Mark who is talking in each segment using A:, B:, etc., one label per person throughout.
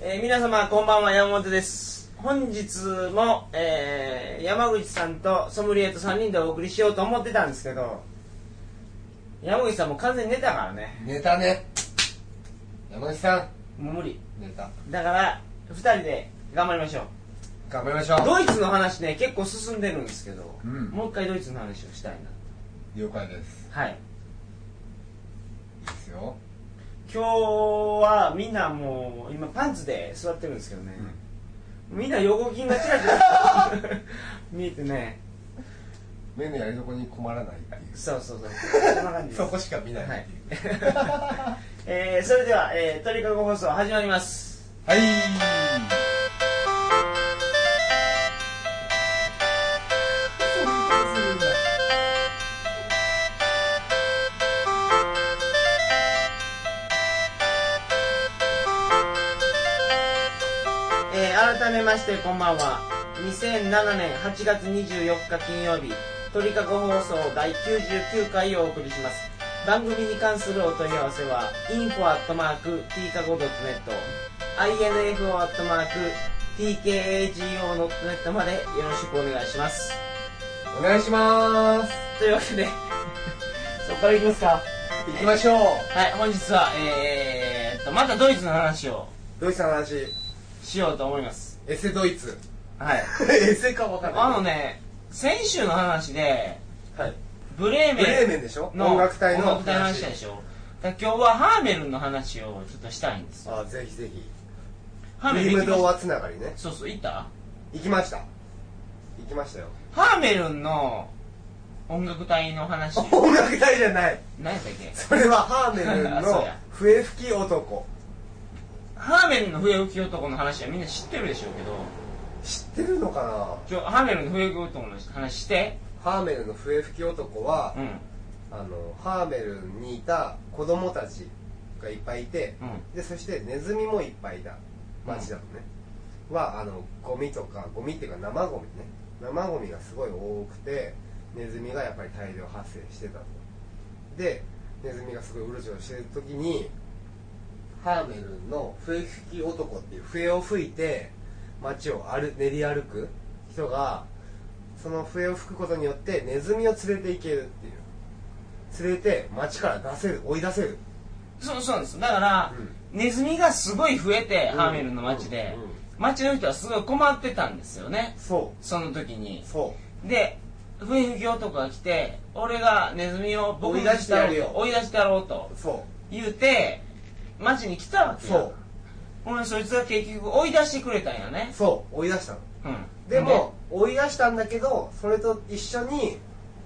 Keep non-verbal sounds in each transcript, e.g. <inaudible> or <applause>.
A: えー皆様こんばんは山本です本日も、えー山口さんとソムリエと3人でお送りしようと思ってたんですけど山口さんもう完全に寝たからね
B: 寝たね山口さん
A: もう無理
B: 寝た
A: だから2人で頑張りましょう
B: 頑張りましょ
A: ドイツの話ね結構進んでるんですけど、
B: うん
A: もう一回ドイツの話をしたいな
B: う了解です
A: はい
B: いいですよ
A: 今日はみんなもう今パンツで座ってるんですけどね、みんな横筋がチラチラ <laughs> 見えてね
B: 目のやりどこに困らないっていう
A: そう <laughs> そうそうそんな感じです
B: そこしか見ないっていう
A: えー、それでは、えー、鳥かご放送始まります
B: はい、
A: えー、改めましてこんばんは2007年8月24日金曜日鳥かご放送第99回をお送りします番組に関するお問い合わせは info.tkago.net info.tkago.net までよろしくお願いします
B: お願いします
A: というわけで <laughs> そこからいきますか
B: 行きましょう
A: はい本日はえー、っとまたドイツの話を
B: ドイツの話
A: しようと思います
B: エセドイツ
A: はい
B: <laughs> エセか分かんない
A: あのね、先週の話で、
B: はい
A: ブレー
B: ブレー
A: メ
B: メンでしょ
A: ンの
B: 音楽隊の
A: 音楽隊の話でしょ。だから今日はハーメルンの話をちょっとしたいんですよ。
B: あぜひぜひ
A: ハーメ
B: ビ
A: ルン
B: ー
A: 行き
B: ム
A: ま
B: 童
A: し
B: 話つながりね
A: た。そうそう、行った
B: 行きました行きましたよ
A: ハーメルンの音楽隊の話、
B: <laughs> 音楽隊じゃない
A: 何やったっけ
B: それはハーメルン
A: あ <laughs> そう
B: の
A: や
B: 笛吹き男
A: ハーメルンの笛吹き男の話はみんな知ってるでしょうけど、
B: 知ってるのかな
A: ちょハーメルンの笛吹き男の話して、
B: ハーメルンの笛吹き男は
A: うん、
B: あのハーメルンにいた子供たちがいっぱいいて
A: うん、
B: でそしてネズミもいっぱいいた町だとね、はあのゴミとかゴミっていうか生ゴミね生ゴミがすごい多くてネズミがやっぱり大量発生してたとでネズミがすごいうろちょろしてる時にハーメルンの笛吹き男っていう笛を吹いて街を歩練り歩く人がその笛を吹くことによってネズミを連れて行けるっていう連れて街から出せる追い出せる、
A: そうそうなんです。だから、ネズミがすごい増えて、ハーメルンの街で
B: うんうんうん、
A: 街の人はすごい困ってたんですよね。
B: そ
A: その時に
B: うそう
A: で笛吹き男が来て俺がネズミを僕に
B: 追い出してやるよ
A: 追い出してやろうと
B: そ
A: 言うて町に来たわ
B: う
A: け
B: そ
A: よほんでそいつが結局追い出してくれたんや
B: う
A: ね
B: そう追い出したの
A: うん
B: でも追い出したんだけどそれと一緒に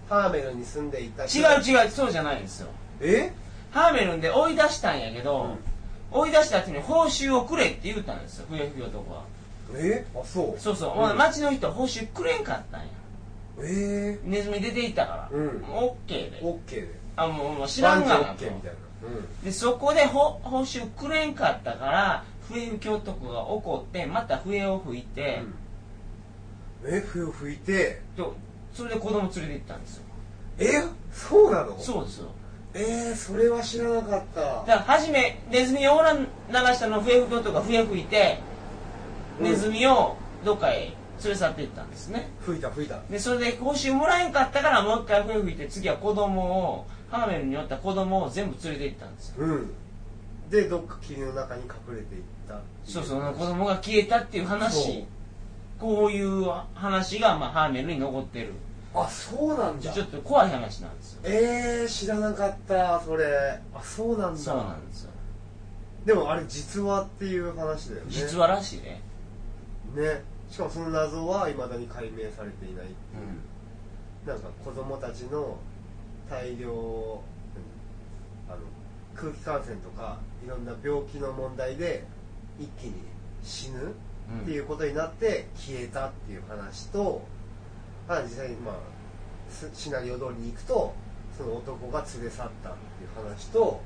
B: ハーメルンに住んでいた
A: 違
B: 人
A: う違うそうじゃないんですよ
B: え
A: ハーメルンで追い出したんやけど、追い出した後に報酬をくれって言うたんですよ笛吹き男は
B: えあそう
A: そうそう、
B: ん
A: ほんで町の人は報酬くれんかったんや
B: え
A: ネズミ出ていったから、
B: うん
A: もオッケーで
B: えオッケーで
A: あもうもう知らんが
B: オ
A: な
B: ッ
A: と
B: ケーみたいなうん
A: でそこでほ報酬くれんかったから笛吹き男が怒ってまた笛を吹いて、
B: え笛を吹いて
A: とそれで子供連れて行ったんですよ
B: えそうなの
A: そうですよ
B: えー、それは知らなかった
A: だから初めネズミをオーラン流したのを笛吹き男が笛吹いて
B: うん
A: ネズミをどっかへ連れ去って行ったんですね
B: 吹いた吹いた
A: でそれで報酬もらえんかったからもう一回笛吹いて次は子供をハーメルにおった子供を全部連れて行ったんですよ
B: うんでどっか霧の中に隠れていったってい
A: そうそう子供が消えたっていう
B: そう
A: 話こういう話が、まあ、ハーメルに残ってる
B: あそうなん
A: ち
B: だ
A: ょちょっと怖い話なんですよ
B: えー、知らなかったそれあそうなんだ
A: そうなんですよ、
B: でもあれ実話っていう話だよね
A: 実話らしいね、
B: ねしかもその謎はいまだに解明されていないなんか子供たちの大量うんあの空気感染とかいろんな病気の問題で一気に死ぬ
A: うん
B: っていうことになって消えたっていう話と、まあ、実際にまあすシナリオ通りに行くとその男が連れ去ったっていう話と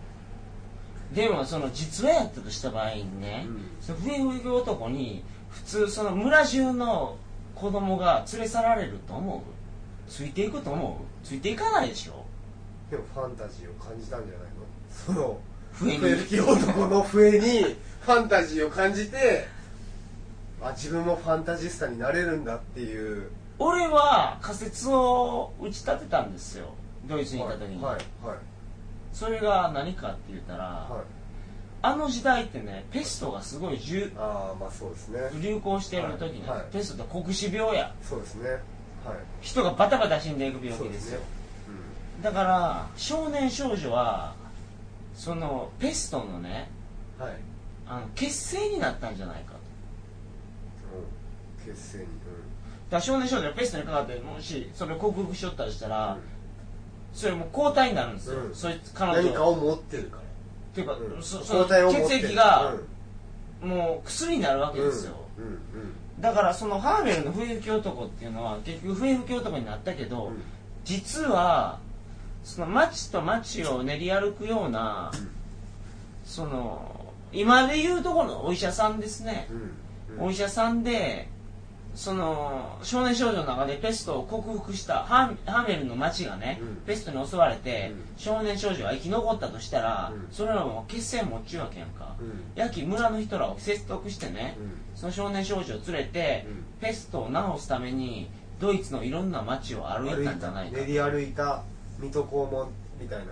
A: でもその実話やったとした場合にね、
B: うん
A: その笛吹く男に普通その村中の子供が連れ去られると思うついていくと思うついていかないでしょ
B: でもファンタジーを感じたんじゃないのその
A: 笛に
B: 笛吹き男の笛にファンタジーを感じてあ自分もファンタジスタになれるんだっていう
A: 俺は仮説を打ち立てたんですよドイツにいた時に、
B: はいはい
A: それが何かって言ったら、
B: はい
A: あの時代ってねペストがすごい重
B: ああまあそうですね
A: 流行してる時に、
B: はいはい
A: ペストって黒死病や
B: そうですねはい
A: 人がバタバタ死んでいく病
B: そう
A: 気ですよ
B: う
A: だから少年少女はそのペストのね
B: んはい
A: あの血清になったんじゃないかと
B: うん血清に
A: だから少年少女がペストにかかってもしそれを克服しよったりした
B: うん
A: ら、それもう抗体になるんですよ、
B: うん
A: そいつ彼女
B: 何かを持ってるか
A: っていうか、
B: らうん
A: そそ
B: 抗
A: の
B: 体を持って
A: 血
B: る
A: 液が
B: うん
A: もう薬になるわけですよ、
B: うんうん
A: だからそのハーベルの笛吹き男っていうのは結局笛吹き男になったけど、
B: うん
A: 実はその町と町を練り歩くような、
B: ん
A: その今で言うところのお医者さんですね
B: う、んうん
A: お医者さんでその少年少女の中でペストを克服したハーハーメルの町がね、
B: うん
A: ペストに襲われて、
B: うん
A: 少年少女が生き残ったとしたら、
B: うん
A: それらも血栓持っちゅうわけやんか、
B: うん
A: やき村の人らを説得してね、
B: う
A: その少年少女を連れて、
B: うん
A: ペストを治すためにドイツのいろんな町を歩
B: ん
A: いたんじゃないか
B: 練り歩いた水戸黄門みたいな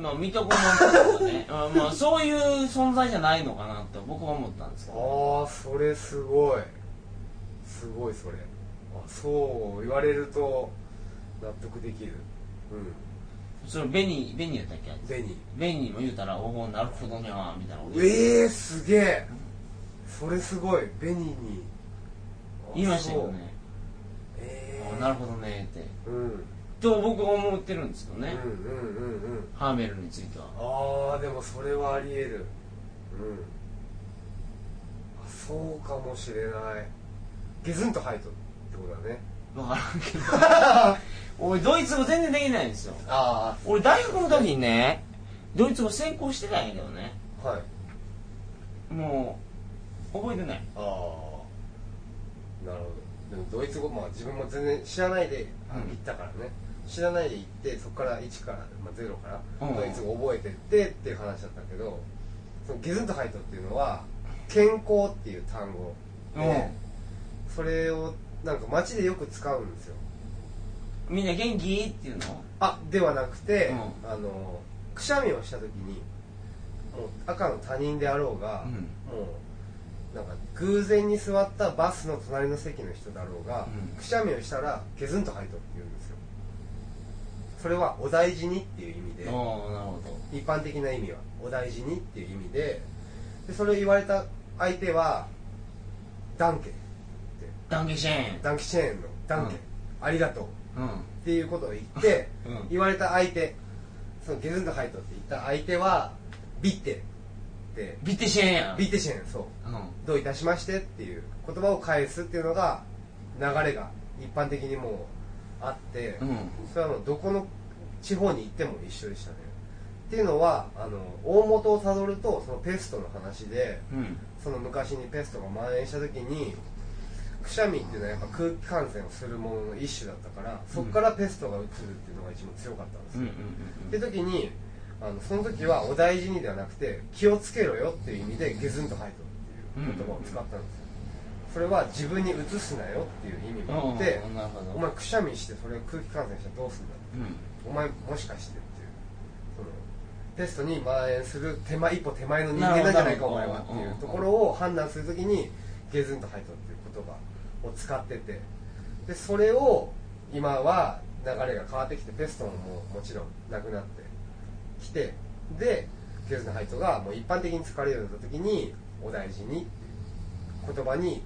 A: まあ、水戸黄門とかね、 <laughs> うんまあ、そういう存在じゃないのかなと僕は思ったんですけど
B: ああそれすごいすごいそれあそう言われると納得できるうん
A: それベニーベニーやったっけ
B: ゼニ
A: ベニーも言うたらおおなるほどにゃーみたいなこと言う
B: ええー、すげえそれすごいベニーにあ
A: 言いましたよ
B: そう
A: ね
B: え
A: お
B: え
A: なるほどねーって
B: うんうん
A: と僕は思ってるんですけど
B: うん
A: ね、
B: うんうん
A: ハーメルについては
B: ああでもそれはあり得るうんあそうかもしれないゲズンとハイトってことだね
A: 分からんけど <laughs> 俺ドイツ語全然できないんですよ
B: <laughs> あ
A: 俺大学の時にねドイツ語専攻してたんやけどね
B: あはい
A: もう覚えてない
B: ああなるほどでもドイツ語まあ自分も全然知らないで、あ
A: うん
B: 行ったからね知らないで行ってそこから1から、まあ、0から
A: うん
B: ドイツ語覚えてってっていう話だったけどそのゲズントハイトっていうのは健康っていう単語でそれをなんか街でよく使うんですよ
A: みんな元気っていうの
B: あではなくて、
A: う
B: あのくしゃみをした時にもう赤の他人であろうが、
A: うん
B: もうなんか偶然に座ったバスの隣の席の人だろうが、
A: うん
B: くしゃみをしたらゲズンと吐いとって言うんですよそれはお大事にっていう意味
A: お
B: で
A: ーなるほど
B: 一般的な意味はお大事にっていう意味ででそれを言われた相手はダンケ
A: ダンケシェーン
B: ダンキシェーンのダンケ、
A: うん
B: ありがとう
A: う
B: っていうことを言って、
A: うん
B: 言われた相手そのゲズンとハイトって言った相手はビッテって
A: んビッテシェーンやん
B: ビッテシェンそう
A: う
B: どういたしましてっていう言葉を返すっていうのが流れが一般的にもうあって、
A: んうん
B: それはもうどこの地方に行っても一緒でしたねっていうのはあの大元をたどるとそのペストの話で
A: うん
B: その昔にペストが蔓延した時にくしゃみっていうのはやっぱ空気感染をするものの一種だったからそこからペストが移るっていうのが一番強かったんです
A: うんう
B: よ、
A: ん
B: って時にあのその時は「お大事に」ではなくて「気をつけろよ」っていう意味で「ゲズンと吐いと」っていう言葉を使ったんですよそれは自分に移すなよっていう意味もあって
A: うんなるほど
B: お前くしゃみしてそれを空気感染したらどうすんだ
A: うん
B: お前もしかしてっていうそのテストに蔓延する手前一歩手前の人間なんじゃないかお前はっていうところを判断するときにゲズンとハイトっていう言葉を使っててでそれを今は流れが変わってきてペストももうもちろんなくなってきてでゲズンとハイトがもう一般的に使われるようになったときにお大事にっていう言葉に、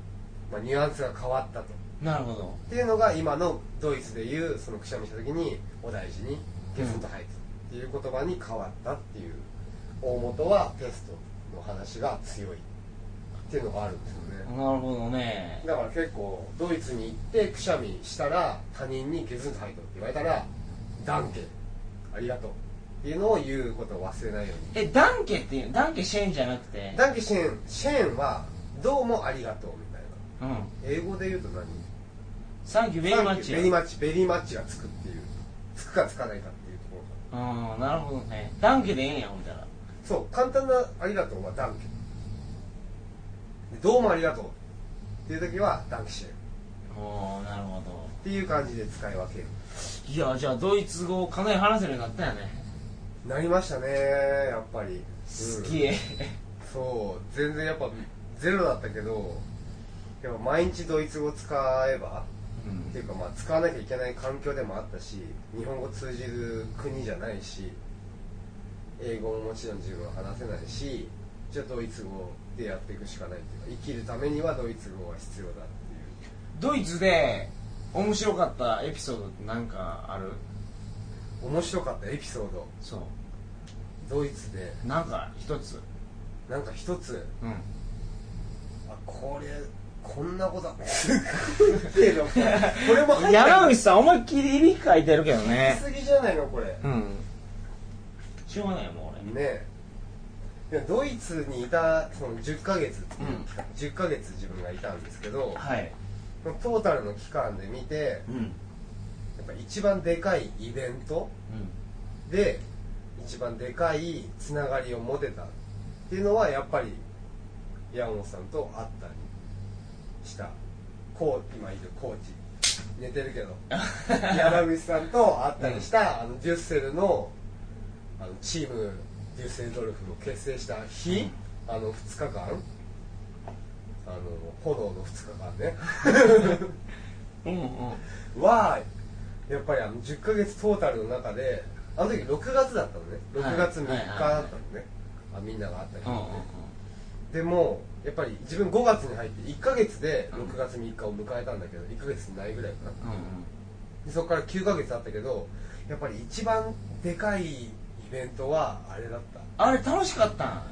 B: まあ、ニュアンスが変わったと。
A: なるほど
B: っていうのが今のドイツでいうそのくしゃみした時に「お大事に」「ゲストハイツ」っていう言葉に変わったっていう大元はペストの話が強いっていうのがあるんですよ
A: な
B: ね
A: るほどね
B: だから結構ドイツに行ってくしゃみしたら他人に「ゲストハイト」って言われたら「ダンケありがとう」っていうのを言うことを忘れないよう
A: えダンケっていうダンケシェーンじゃなくて
B: に「ダンケシェーン」シェーンは「どうもありがとう」みたい
A: う
B: な
A: ん
B: 英語で言うと何
A: サンキューベリーマッチ
B: ベリーマッチベリーマッチがつくっていうつくかつかないかっていうところ
A: うんなるほどねダンケでええんやほんたら
B: そう簡単な「ありがとう」はダンケでどうもありがとうっていう時はダンケシェンっ
A: おーなるほど
B: ていう感じで使い分ける
A: いやじゃあドイツ語かなり話せるようになったよね
B: なりましたねやっぱり
A: 好
B: うん
A: き
B: そう全然やっぱゼロだったけどやっぱ毎日ドイツ語使えばっていうかまあ使わなきゃいけない環境でもあったし日本語通じる国じゃないし英語ももちろん自分は話せないしじゃあドイツ語でやっていくしかないっていうか生きるためにはドイツ語が必要だっていう
A: ドイツで面白かったエピソードってなんかある
B: 面白かったエピソード
A: そ
B: ドイツで
A: うなんか一つ
B: なんか一つ
A: うん
B: あこれこんな <laughs> ことあったすっごいけどこれも入って
A: <laughs> 山
B: な
A: 口
B: い
A: さん思いっきり入り書いてるけどね
B: すぎじゃないのこれ
A: うんしょうがないよもう俺
B: ねえいやドイツにいたその10ヶ月ってい
A: うん
B: う期間、10ヶ月自分がいたんですけど
A: はい
B: トータルの期間で見て
A: う
B: や
A: んうん
B: っぱ一番でかいイベントで一番でかいつながりを持てたっていうのはやっぱり山本さんと会ったりしたコー今いるコーチ寝てるけど山口さんと会ったりした、あのデュッセルのあのチームデュッセルドルフを結成した日、あの2日間あの炎の2日間ね
A: うんうん
B: はやっぱりあの10ヶ月トータルの中であの時6月だったのね
A: はい
B: 6月3日
A: はいは
B: だ
A: い
B: ったのね、あみんながあったり
A: うんうん
B: でもやっぱり自分5月に入って1ヶ月で6月3日を迎えたんだけど1ヶ月ないぐらいかなでそこから9ヶ月あったけどやっぱり一番でかいイベントはあれだった
A: あれ楽しかったん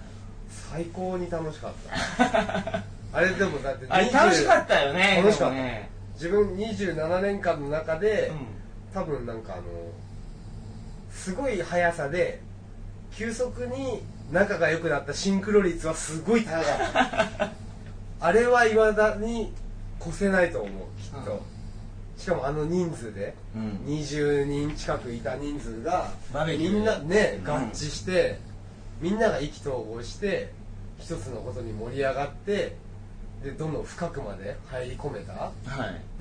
B: 最高に楽しかったあれでもだって
A: あれ
B: 20
A: 楽しかったよね
B: 楽しかった
A: でもね
B: 自分27年間の中
A: う
B: で、
A: ん
B: 多分なんかあのすごい速さで急速に仲が良くなったシンクロ率はすごい高かった
A: <laughs>
B: あれはいまだに越せないと思うきっと、
A: うん
B: しかもあの人数で
A: うん
B: 20人近くいた人数が
A: バーベキュ
B: み
A: ー
B: んなね
A: うん
B: 合致して、みんなが意気投合して一つのことに盛り上がってでどんどん深くまで入り込めた
A: は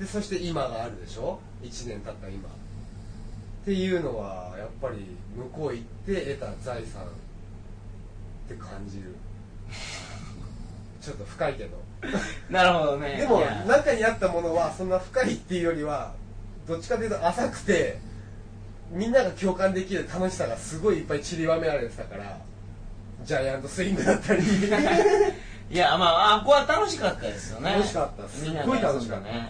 A: い
B: でそして今があるでしょ1年経った今っていうのはやっぱり向こう行って得た財産って感
A: <laughs>
B: じるちょっと深いけど
A: なるほどね
B: でも
A: いや
B: 中にあったものはそんな深いっていうよりはどっちかというと浅くてみんなが共感できる楽しさがすごいいっぱい散りばめられてたからジャイアントスイングだ
A: <laughs>
B: ったり
A: いやまああここは楽しかったですよね
B: 楽しかったすっごい楽しかった
A: みんな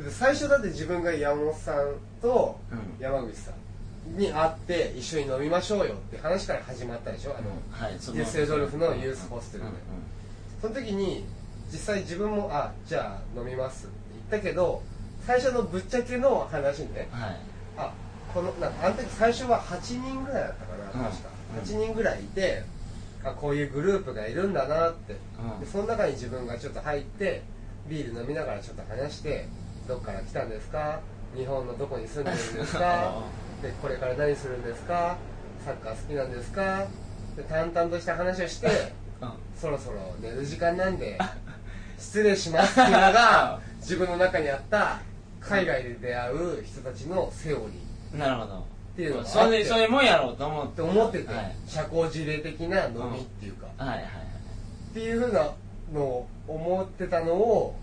A: で遊んだね
B: 最初だって自分が山本さんと
A: うん
B: 山口さんに会って一緒に飲みましょうよって話から始まったでしょあの、
A: はいそ
B: デュッセルドルフのユースホステルでその時に実際自分もあじゃあ飲みますって言ったけど最初のぶっちゃけの話ね
A: うんはい
B: あこのなんかあの時最初は8人ぐらいだったかな
A: うん
B: 確か、8人ぐらいいてあこういうグループがいるんだなって、
A: うん
B: でその中に自分がちょっと入ってビール飲みながらちょっと話してどっから来たんですか日本のどこに住んでるんですかでこれから何するんですかサッカー好きなんですかで淡々とした話をして
A: う
B: そろそろ寝る時間な
A: <laughs>
B: んで失礼しますっていうのが自分の中にあった海外で出会う人たちのセオリー
A: んなるほど
B: ていうのがあって
A: それそれもやろうと思っ
B: ってて思ってて、
A: はい
B: 社交辞令的な飲みっていうか、っ
A: はいはいはい
B: ていうふうなのを思ってたのを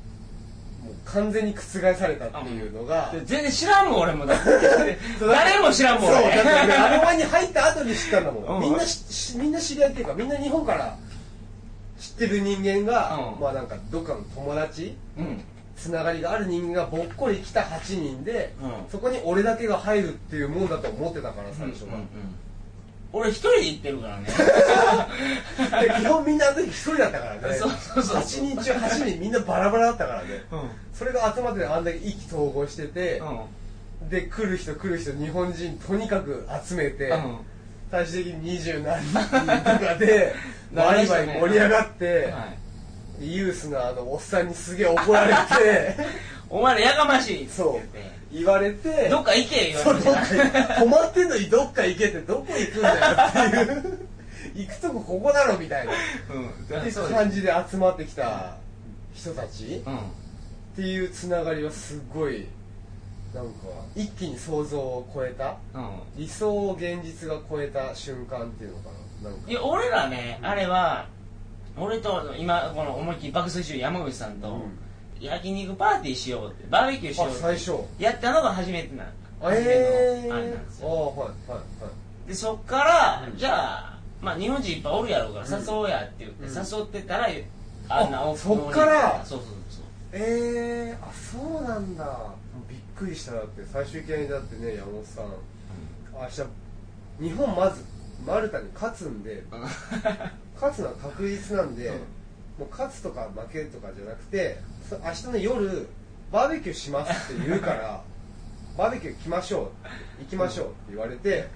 B: もう完全に覆されたっていうのが、
A: で全然知らんもん俺もだって
B: そうだ
A: 誰も知らんもん
B: そうだ
A: 俺
B: って俺アロマに入った後に知ったんだもん、
A: うん
B: みんなししみんな知り合いっていうかみんな日本から知ってる人間が、
A: うん
B: まあなんかどっかの友達
A: うん
B: つながりがある人間がぼっこり来た8人で、
A: うん
B: そこに俺だけが入るっていうもんだと思ってたから最初
A: う
B: は、
A: んうんうん俺一人で行ってるからね
B: で基本みんなあの時一人だったからね
A: そうそうそう
B: 8人中8人みんなバラバラだったからね
A: うん
B: それが集まってあんだけ意気投合してて、
A: うん
B: で来る人来る人日本人とにかく集めて、
A: うん
B: 最終的に二十何人とかで
A: <laughs> な
B: ワ
A: りま
B: イ
A: した
B: ワ
A: ね
B: イ盛り上がって、
A: はい
B: ユースのあのおっさんにすげえ怒られ
A: <laughs>
B: て
A: お前らやかましいって
B: そう言われて
A: どっか行け言
B: そう
A: わ
B: ど
A: れ
B: ってか止まってんのにどっか行けってどこ行くんだよっていう行くとこここだろみたいな
C: うん
B: って
C: そうです
B: 感じで集まってきた人たち
C: うん
B: っていうつながりはすごいなんか一気に想像を超えた
C: うん
B: 理想を現実が超えた瞬間っていうのかななんか
A: いや俺らね、あれは俺と今この思いっきり爆睡中山口さん
B: う
A: と
B: ん
A: 焼肉パーティーしようってバーベキューしよう
B: あ
A: って
B: 最初
A: やったのが初めてな初め
B: え
A: て
B: ー、
A: の
B: あ
A: あれなんです
B: あ
A: よ
B: はいはいはい
A: でそっから、
B: うん
A: じゃあまあ日本人いっぱいおるやろうから誘おうやって言って、
B: うん
A: 誘ってたらあんな
B: あ
A: 大き
B: そっから
A: そうそうそう
B: えー、あそうなんだびっくりしただって最終形にだってね山本さん明日日本まずマルタに勝つんで勝つのは確実なんで、
C: うん
B: もう勝つとか負けるとかじゃなくてそ明日の夜バーベキューしますって言うから
A: <laughs>
B: バーベキュー来ましょう行きましょうって言われて、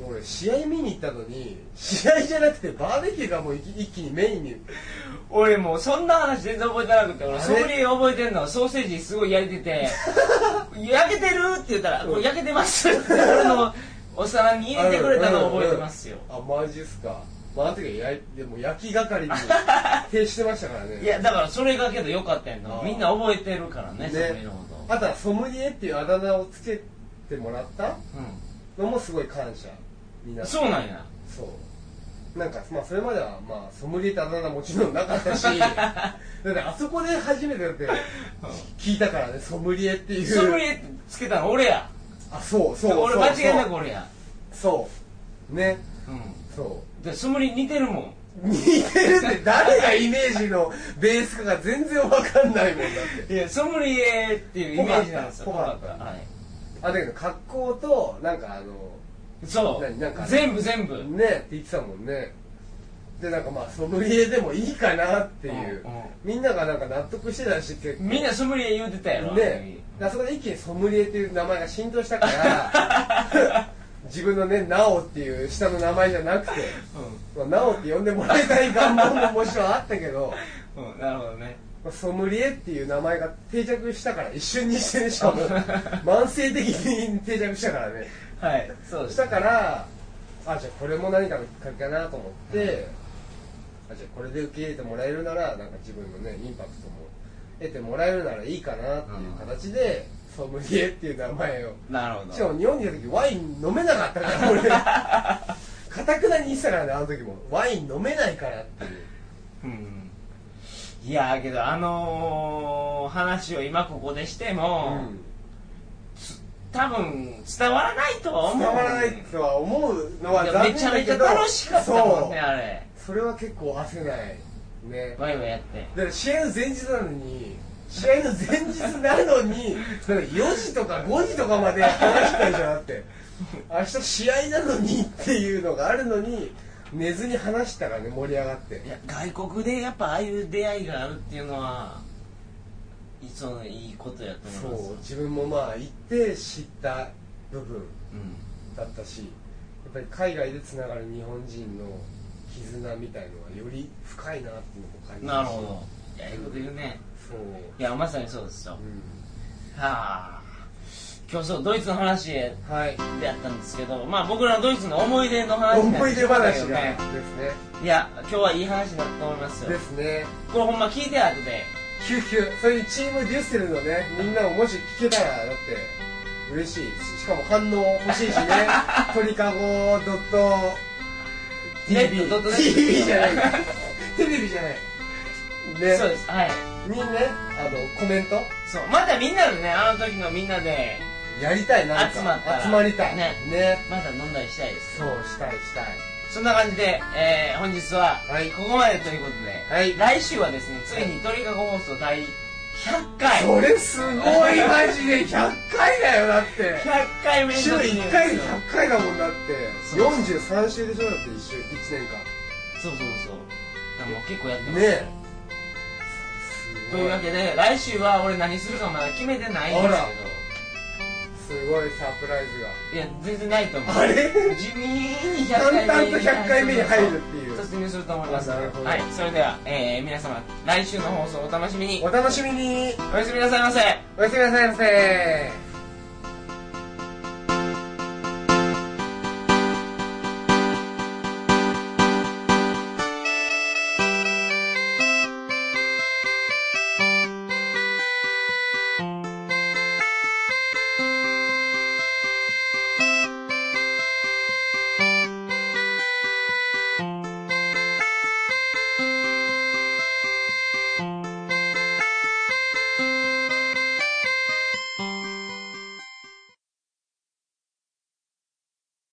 B: もう俺試合見に行ったのに試合じゃなくてバーベキューがもう一一気にメインに
A: <laughs> 俺もうそんな話全然覚えてなくて
B: あ
A: 俺
B: れ
A: ソムリエ覚えてんのソーセージすごい焼いて
B: <laughs>
A: て「焼けてる?」って言ったら「これ焼けてます」って俺のお皿に入れてくれたのを覚えてますよ
B: あマジっすか、まあ、あの時はやいでも焼き
A: <laughs>
B: 係に徹してましたからね
A: いやだからそれがけどよかったやん
B: あ
A: の
B: ー
A: みんな覚えてるからね
B: ね
A: ソムリエのこと
B: あとはソムリエっていうあだ名をつけてもらったのもすごい感謝になって
A: そうなんや
B: そうなんかまあそれまではまあソムリエってあだ名もちろんな
A: <laughs>
B: かったしだってあそこで初めてだって聞いたからねソムリエっていう
A: ソムリエってつけたの俺や
B: あそうそう
A: 俺
B: そう
A: 間違いなく
B: そう
A: 俺や
B: そうね
C: うん
B: そう
A: でソムリエ似てるもん
B: 似てるって誰がイメージのベースかが全然わかんないもんだって
A: いやソムリエっていうイメージなんですよ
B: ぽかった
A: ぽかったはい
B: あだけど格好となんかあの
A: そ
B: 何なんか
A: う全部全部
B: ねって言ってたもんねでなんかまあソムリエでもいいかなっていう、
A: うんうん
B: みんながなんか納得してたし結構
A: みんなソムリエ言うてたやろ
B: ねであそこで一気にソムリエっていう名前が浸透したから自分のね「なお」っていう下の名前じゃなくて「まあ、なお」って呼んでもらいたい願望ももちろんあったけど
A: うん、うん、なるほどね
B: まあソムリエっていう名前が定着したから一瞬にしてねしかも慢性的に定着したからね
A: はいそうです
B: したからあじゃあこれも何かのきっかけかなと思って、あじゃあこれで受け入れてもらえるならなんか自分のねインパクトも得てもらえるならいいかなっていう形で、ソムリエっていう名前を
A: なるほ
B: しかも日本にいた時ワイン飲めなかったか
A: <laughs>
B: ら俺かたくなに言ってたからねあの時もワイン飲めないからっていう
A: うんいやーけどあのー、話を今ここでしても、多分伝わらないとは思う
B: 伝わらないとは思うのは
A: で
B: 残
A: も
B: 念
A: めちゃ
B: だ
A: め
B: け
A: ちゃ
B: ど
A: 楽しかったもんねあれ
B: そうそれは結構焦ないね
A: ワイワイやって
B: だから試合の前日なのに試合の前日なのにだから4時とか5時とかまで話したいじゃなって明日試合なのにっていうのがあるのに寝ずに話したからね盛り上がって
A: いや外国でやっぱああいう出会いがあるっていうのはいつもいいことやと
B: そ
A: 思います
B: う自分もまあ行って知った部分
C: うん
B: だったしやっぱり海外でつながる日本人の絆みたいのはより深いなっていうのを感じたし
A: なるほどいやいいこと言うね
B: そう、
A: いやまさにそうですよ、
B: う
A: はあ今日そうドイツの話で
B: ん、はい
A: やったんですけどまあ僕らのドイツの思い出の話になっ
B: 思い
A: て
B: 出
A: きた
B: 話
A: ん
B: が
A: だ
B: で
A: け
B: す
A: ど
B: ね
A: ねいや今日はいい話だったと思います
B: で
A: よ
B: すね
A: これほんま聞いて後で
B: キューキューそういうチームデュッセルのねみんなをもし聞けたらだって嬉しいししかも反応欲しいしね
A: <laughs>
B: 鳥かご .tv
A: ドットネット
B: TV じゃない
A: <laughs>
B: テレビじゃないね
A: そうですはい
B: にねあのコメント
A: そうまたみんなでねあの時のみんなで
B: やりたいなんか
A: 集まったら
B: 集まりたい
A: ね
B: ね
A: また飲んだりしたいです
B: そうしたいしたい
A: そんな感じで、えー本日は
B: はい
A: ここまでということで、
B: はい
A: 来週はですねついに鳥かご放送第100回
B: それすごいマジで100回だよだって
A: 100回目に
B: 週
A: 突入
B: 1回で100回だもんだって
A: そう
B: 43週でしょだって1週1年
A: そうそうそうだからもう結構やってま
B: 間
A: す
B: ねえ
A: というわけで来週は俺何するかまだ決めてないんですけ
B: あ
A: ど
B: らすごいサプライズ
A: いや全然ないと思う
B: があれ
A: 地味に100
B: 淡
A: 回目
B: 々と100回目に入るっていう
A: 突入すると思います
B: あなるほど
A: はいそれでは、えー皆様来週の放送お楽しみに
B: お楽しみに
A: おやすみなさいませ
B: おやすみなさいませ